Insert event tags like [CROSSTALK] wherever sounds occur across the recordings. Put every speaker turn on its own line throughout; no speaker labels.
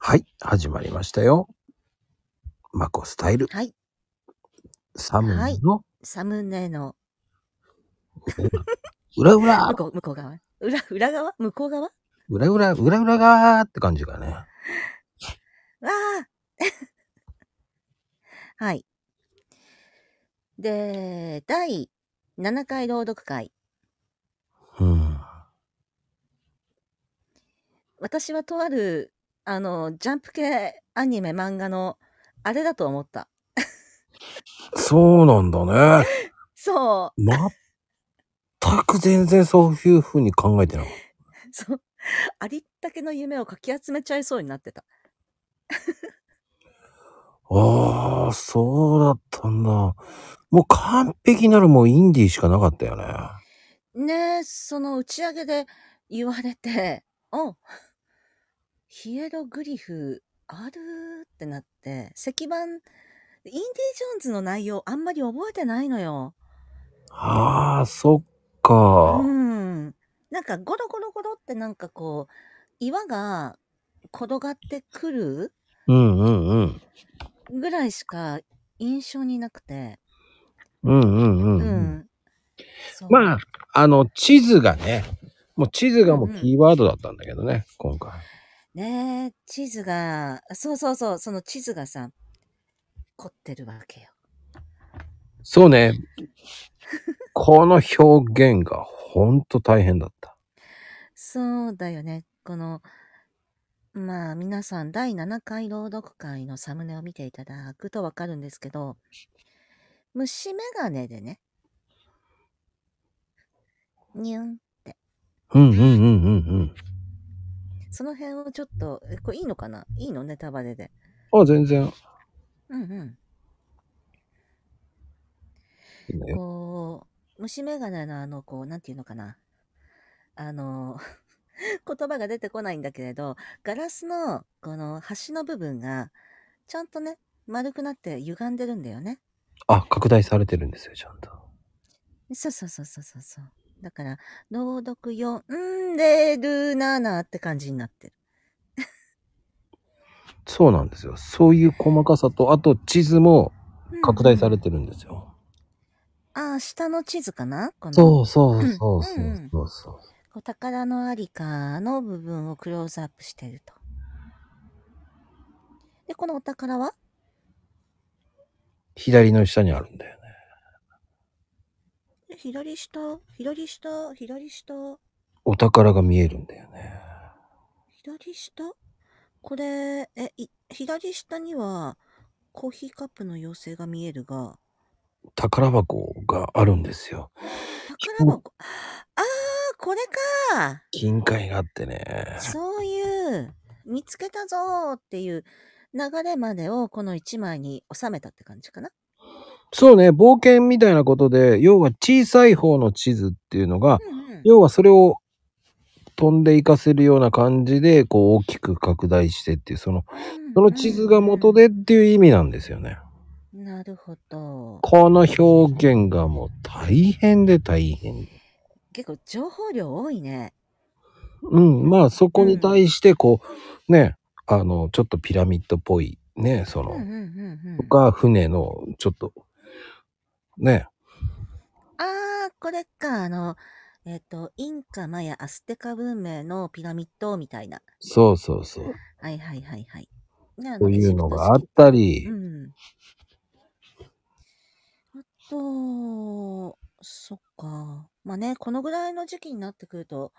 はい、始まりましたよ。マコスタイル、
はい。
サムネの
サムネの
裏
向
裏、
こう向こう側。裏裏側向こう側わ
裏裏、裏裏側って感じがね。
あ [LAUGHS] はい。で、第7回朗読会。
うん。
私はとある、あの、ジャンプ系アニメ漫画の、あれだと思った。
そうなんだね。
そ
まったく全然そういう風に考えてなかっ
う。そう。 [LAUGHS] ありったけの夢をかき集めちゃいそうになってた。
た。ああ、そうだったんだ。もう完璧なるもうインディーしかなかったよね。
ねえ、その打ち上げで言われて、おヒエログリフあるってなって、石板、インディ・ジョーンズの内容あんまり覚えてないのよ。
ああ、そっか。
うん。なんかゴロゴロゴロってなんかこう、岩が転がってくる
うんうんうん。
ぐらいしか印象になくて。
うんうんう。
うん
うん
ん。そう
まあ、あの、地図がね、もう地図がもうキーワードだったんだけどね、今回。
ねえ、地図が、そうそうそう、その地図がさ、凝ってるわけよ。
そうね。この表現がほんと大変だった。
そうだよね。この、まあ皆さん第7回朗読会のサムネを見ていただくとわかるんですけど、虫眼鏡でね、にゅん。
うんうんうんうん
その辺をちょっと、えこれいいのかないいのネタバレで。
うん。あ、全然
うんうん。
いいんだよ。
こう、虫眼鏡のあの、こう、なんていうのかな。あの、 [LAUGHS] 言葉が出てこないんだけれど、ガラスの、この端の部分が、ちゃんとね、丸くなって歪んでるんだよね。
あ、拡大されてるんですよ、ちゃんと。
そうそうそうそうそうそう。だから、朗読読んでるなーなーって感じになってる。
そうなんですよ。そういう細かさと、あと地図も拡大され
て
てるんですよ。
ああ、下の地図かなこの
そうそうそうそうそうそう。
こう宝のありかの部分をクローズアップしてると。で、このお宝は
左の下にあるんだよね。
え左下、左下、左下、
お宝が見えるんだよね。
左下これ、え、い左下にはコーヒーカップの妖精が見えるが、
宝箱があるんですよ。
宝箱、ああ、これか
金塊があってね。
そういう、見つけたぞーっていう流れまでをこの一枚に収めたって感じかな。
そうね、冒険みたいなことで、要は小さい方の地図っていうのが、
うんうん。
要はそれを飛んでいかせるような感じで、こう大きく拡大してっていう、その、その地図が元でっていう意味なんですよね。
うんうんうん。なるほど。
この表現がもう大変で大変。
結構情報量多いね。
うん、まあそこに対して、こう、ね、あの、ちょっとピラミッドっぽい、ね、そ
うんうん
の、
うんうん
と。か、船の、ちょっと、ね、
あー、これか、あの、えっ、と、インカ、マヤ、アステカ文明のピラミッドみたいな。
そうそうそう、
はいはいはいはい。ね、あ
というのがあ
エ
っ
ジプ
たり
ト式う、ん。あと、そっか。まあね、このぐらいの時期になってくると、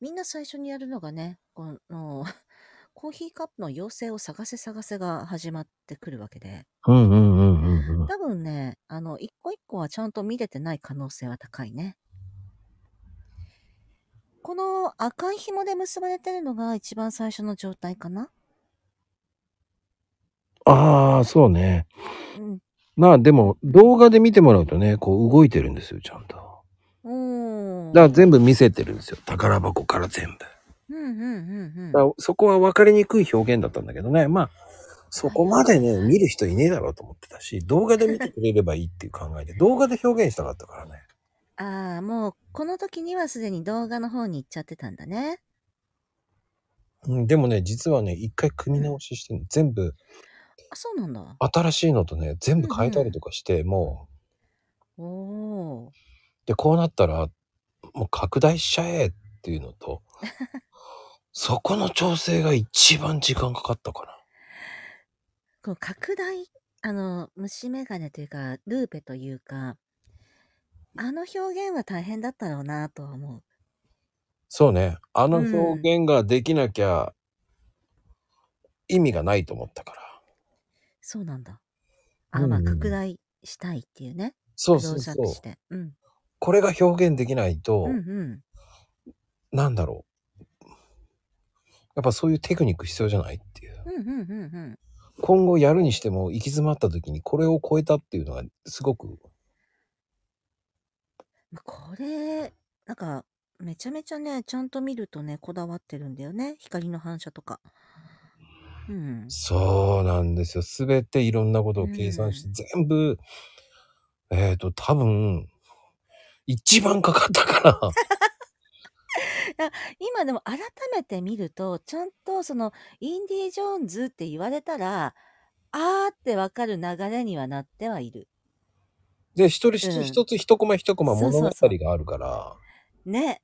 みんな最初にやるのがね、この、 [LAUGHS] コーヒーカップの妖精を探せ探せが始まってくるわけで、
うんうんうんうんうん。
多分ね、あの、一個一個はちゃんと見れてない可能性は高いね。この赤い紐で結ばれてるのが一番最初の状態かな
ああ、そうね。
うん。
まあでも動画で見てもらうとね、こう動いてるんですよ、ちゃんと。
おー。
だから全部見せてるんですよ。宝箱から全部。だか
うんうんうんうん。
らそこは分かりにくい表現だったんだけどね。まあ、そこまでね、見る人いねえだろうと思ってたし、動画で見てくれればいいっていう考えで、動画で表現したかったからね。
ああ、もうこの時にはすでに動画の方に行っちゃってたんだね。
うん、でもね、実はね、一回組み直ししてんの全部、
あ、そうなんだ。
新しいのとね、全部変えたりとかして、もう、
おお
で、こうなったら、もう拡大しちゃえっていうの
[LAUGHS]
と、そこの調整が一番時間かかったかな。
ー。こう、拡大、あの、虫眼鏡というか、ルーペというか、あの表現は大変だったろうなとは思う。
そうね。あの表現ができなきゃ、意味がないと思ったから。
そうなんだ。あ、ま
う
あ、
ん
拡大したいっていうね。
そう
クロ
そ
ー
う
ズ
そ
ア
う
ップ。して。うん。
これが表現できないと、
うんうん。
なんだろう。やっぱそういうテクニック必要じゃないっていう。
うんうんうんうん。
今後やるにしても行き詰まった時にこれを超えたっていうのがすごく、
これ、なんか、めちゃめちゃね、ちゃんと見るとね、こだわってるんだよね。光の反射とか。うん。
そうなんですよ。すべていろんなことを計算して、全部、えっ、と、多分、一番かかった
[LAUGHS]
から。
今でも改めて見ると、ちゃんとその、インディ・ジョーンズって言われたら、あーってわかる流れにはなってはいる。
で、一人一
う
つ
ん
一つ一コマ一コマ
そう
物
そ
語
うそう
があるから。
ね。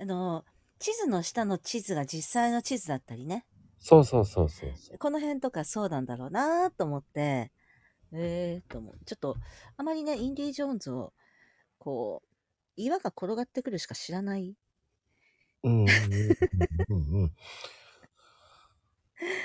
あの、地図の下の地図が実際の地図だったりね。
そうそうそうそうそう。
この辺とかそうなんだろうなと思って、えーと思う。ちょっと、あまりね、インディ・ジョーンズを、こう、岩が転がってくるしか知らない。
うんうんうん
[LAUGHS]
うん。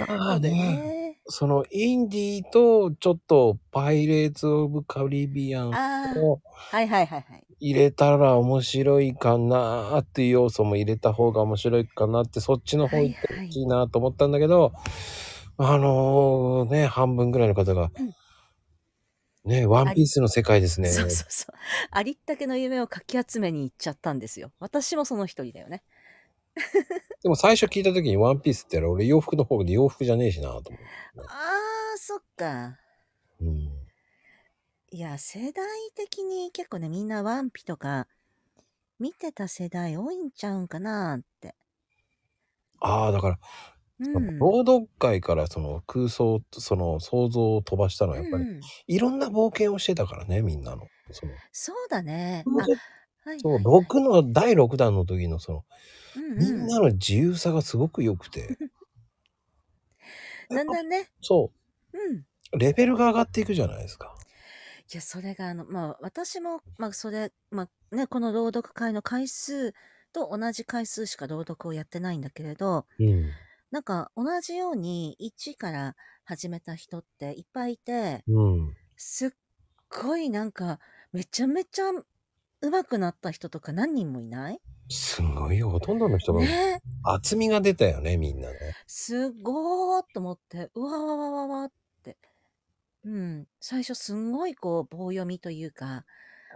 あ
の
あ
で
ね。
ね。
そのインディーとちょっとパイレーツ・オブ・カリビアン
ああ、
を
はいはいはいはい。
入れたら面白いかなーっていう要素も入れた方が面白いかなってそっちの方
はい
行って
は
ほ
い
しいなと思ったんだけど、あのーね、半分ぐらいの方が、
うん
ね、ワンピースの世界ですね。
そうそうそう。ありったけの夢をかき集めに行っちゃったんですよ。私もその一人だよね。
でも最初聞いた時にワンピースってやら俺洋服の方で洋服じゃねえしなと思って。
ああ、そっか。
うん
いや、世代的に結構ね、みんなワンピとか、見てた世代多いんちゃうんかなって。
ああ、だから、
うん。
朗読会からその空想とその想像を飛ばしたのはやっぱり、
うん、
いろんな冒険をしてたからねみんなのその
そうだね。あ、
そ
はい、
う
はい。
6の第6弾の時のその、
うん
みん
う
なの自由さがすごく良くて
ん。 [LAUGHS] だんだんね。
そ
うん。いう
レベルが上がっていくじゃないですか
や、それが、あの、まあ、私も、まあ、それ、まあ、ね、この朗読会の回数と同じ回数しか朗読をやってないんだけれど、
うん
なんか、同じように1から始めた人っていっぱいいて、
うん
すっごいなんか、めちゃめちゃ上手くなった人とか何人もいない
すごいよほとんどの人が
ね
厚みが出たよねみんなね
すごーっと思って、うわわわわわって。うん。最初すんごいこう棒読みというか、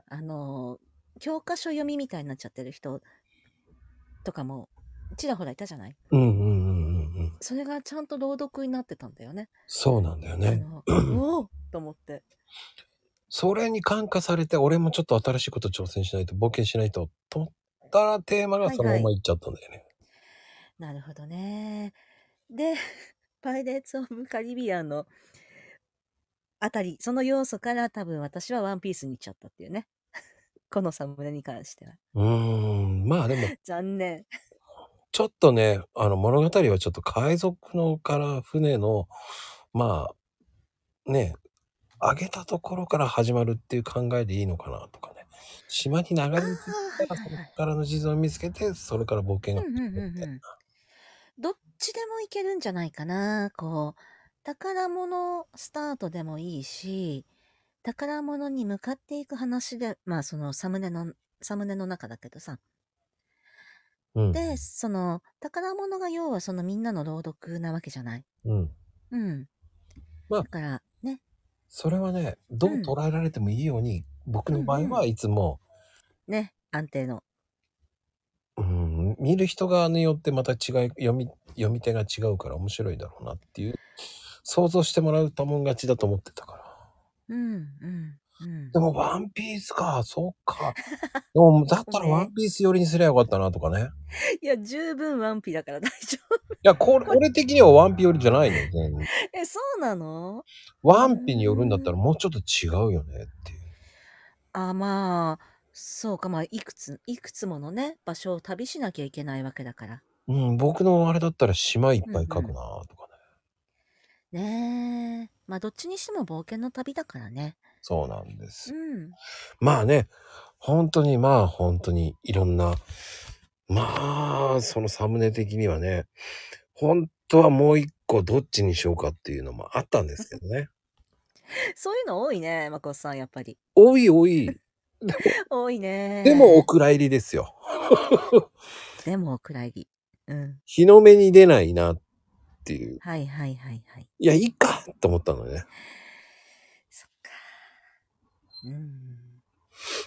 あのー教科書読みみたいになっちゃってる人とかも、ちらほらいたじゃない
うんうんうんうんうん
それがちゃんと朗読になってたんだよね。
そうなんだよね
あの、おおと思って。
それに感化されて俺もちょっと新しいこと挑戦しないと冒険しないとと思ったらテーマがそのままいっちゃったんだよね、
なるほどね。で、 [LAUGHS] パイレーツ・オブ・カリビアンのあたり、その要素から多分私はワンピースに行っちゃったっていうね。このサムネに関しては。
うーんまあでも
残念。
ちょっとね、あの物語はちょっと海賊のから船の、まあ、ね、上げたところから始まるっていう考えでいいのかなとかね。島に流れに行ったら
あーはい
そ
はい
こ
はい
からの地図を見つけて、それから冒険が
うんうんうんうんどっちでもいけるんじゃないかな。こう、宝物スタートでもいいし、宝物に向かっていく話で、まあそのサムネの、サムネの中だけどさ。
うん。
で、その宝物が要はそのみんなの朗読なわけじゃない。
うん。
うん。
まあ
だから、ね。
それはね、どう
うん
捉えられてもいいように、僕の場合
うんう
はいつも、
ね。安定の。
うん、見る人側によってまた違い、読み、読み手が違うから面白いだろうなっていう、想像してもらうたもん勝ちだと思ってたから。
うんうん。うん。
でもワンピースか、そっ
[LAUGHS]
か。でも、だっ
そう
たらワ
ね。
ンピース寄りにすりゃよかったなとかね。
いや、十分ワンピだから大丈
いや、これ、
夫。こ
俺的にはワンピ寄りじゃないの、全然。
え、そうなのう
ワンピによるんだっ
ー
た
ん。
らもうちょっと違うよねっていう。
あ、まあ、そうか、まあ、いくつ、いくつものね、場所を旅しなきゃいけないわけだから。
うん、僕のあれだったら島いっ
うん
ぱい書
う
く
ん。
なとかね。
ねえ。まあ、どっちにしても冒険の旅だからね。
そうなんで
う
す。
ん。 [LAUGHS]
まあね、本当にまあ本当にいろんな、まあ、そのサムネ的にはね、本当はもう一個どっちにしようかっていうのもあったんですけどね。
そういうの多いね、まこさん、やっぱり。 [LAUGHS]
おいおい。でも、
多い
でもお
ね。
蔵入りですよ。
でも、お蔵入り。うん。
日の目に出ないなっていう。
はいはいはいはい。
いや、いいかと思ったのね。
そっか。うん。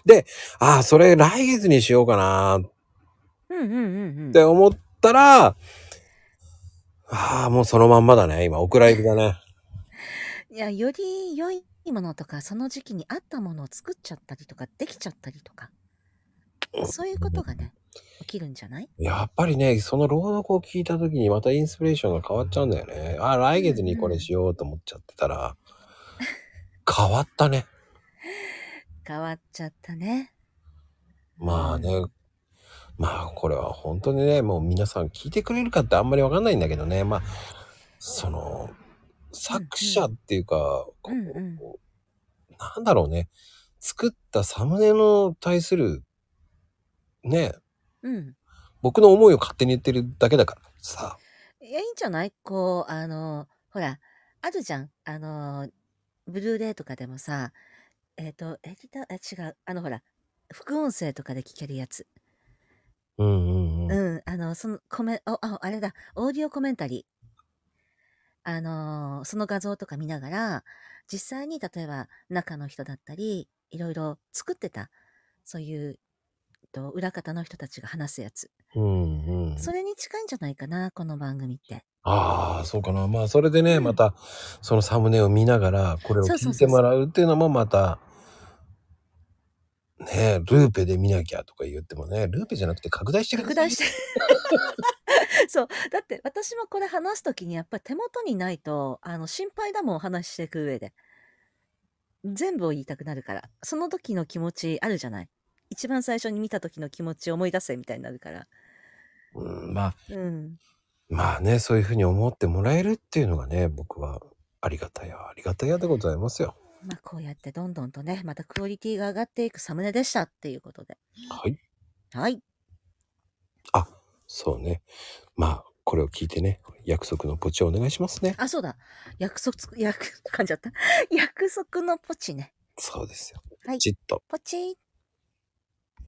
で、ああ、それ来月にしようかなっ
うんうんうんう
て
ん。
思ったら、ああ、もうそのまんまだね。今、お蔵入りだね。
いや、より良いものとか、その時期に合ったものを作っちゃったりとか、できちゃったりとか、そういうことがね、起きるんじゃない
やっぱりね、その朗読を聞いた時にまたインスピレーションが変わっちゃうんだよね。ああ、来
う
月
ん
にこ
う
れ
ん。
しようと思っちゃってたら、変わったね。
変わっちゃったね。う
まあね、
ん。
まあこれは本当にね、もう皆さん聞いてくれるかってあんまりわかんないんだけどね。まあ、その、
うん
作
う
者
ん。
っていうか、
うんう
こ
ん。
うなんだろうね。作ったサムネの対する、ね、
うん。
僕の思いを勝手に言ってるだけだからさ。
いや、いいんじゃないこう、あの、ほら、あるじゃん。あの、ブルーレイとかでもさ、えっ、と、エディター、あ、違う。あの、ほら、副音声とかで聞けるやつ。
うんうんうん。
うん。あの、その、コメ、あ、あ、あれだ。オーディオコメンタリー。あのーその画像とか見ながら、実際に例えば中の人だったり、いろいろ作ってた、そういう、えっと、裏方の人たちが話すやつ。
うんう
そ
ん。
れに近いんじゃないかな、この番組って。
ああ、そうかな。まあそれでね、
う
ま
ん。
たそのサムネを見ながらこれを
そうそ
聞
う
い
そ
て
うそ
も
う。
らうっていうのもまたね、ルーペで見なきゃとか言ってもね、ルーペじゃなくて拡大してくだ
拡
さい
大
よ。
して。 [LAUGHS] そう。だって私もこれ話すときにやっぱり手元にないと、あの、心配だもん、話していく上で。全部を言いたくなるから。その時の気持ちあるじゃない。一番最初に見た時の気持ちを思い出せみたいになるから。
うん、まあ、
うん。
まあね、そういうふうに思ってもらえるっていうのがね、僕はありがたや、ありがたやでございますよ。
まあこうやってどんどんとね、またクオリティが上がっていくサムネでしたっていうことで。
はい。
はい。
あ、そうね。まあ、これを聞いてね、約束のポチをお願いしますね。
あ、そうだ。約束つ [LAUGHS] く、約、噛んじゃった。約束のポチね。
そうですよ。
はい。
ちっと。
ポチー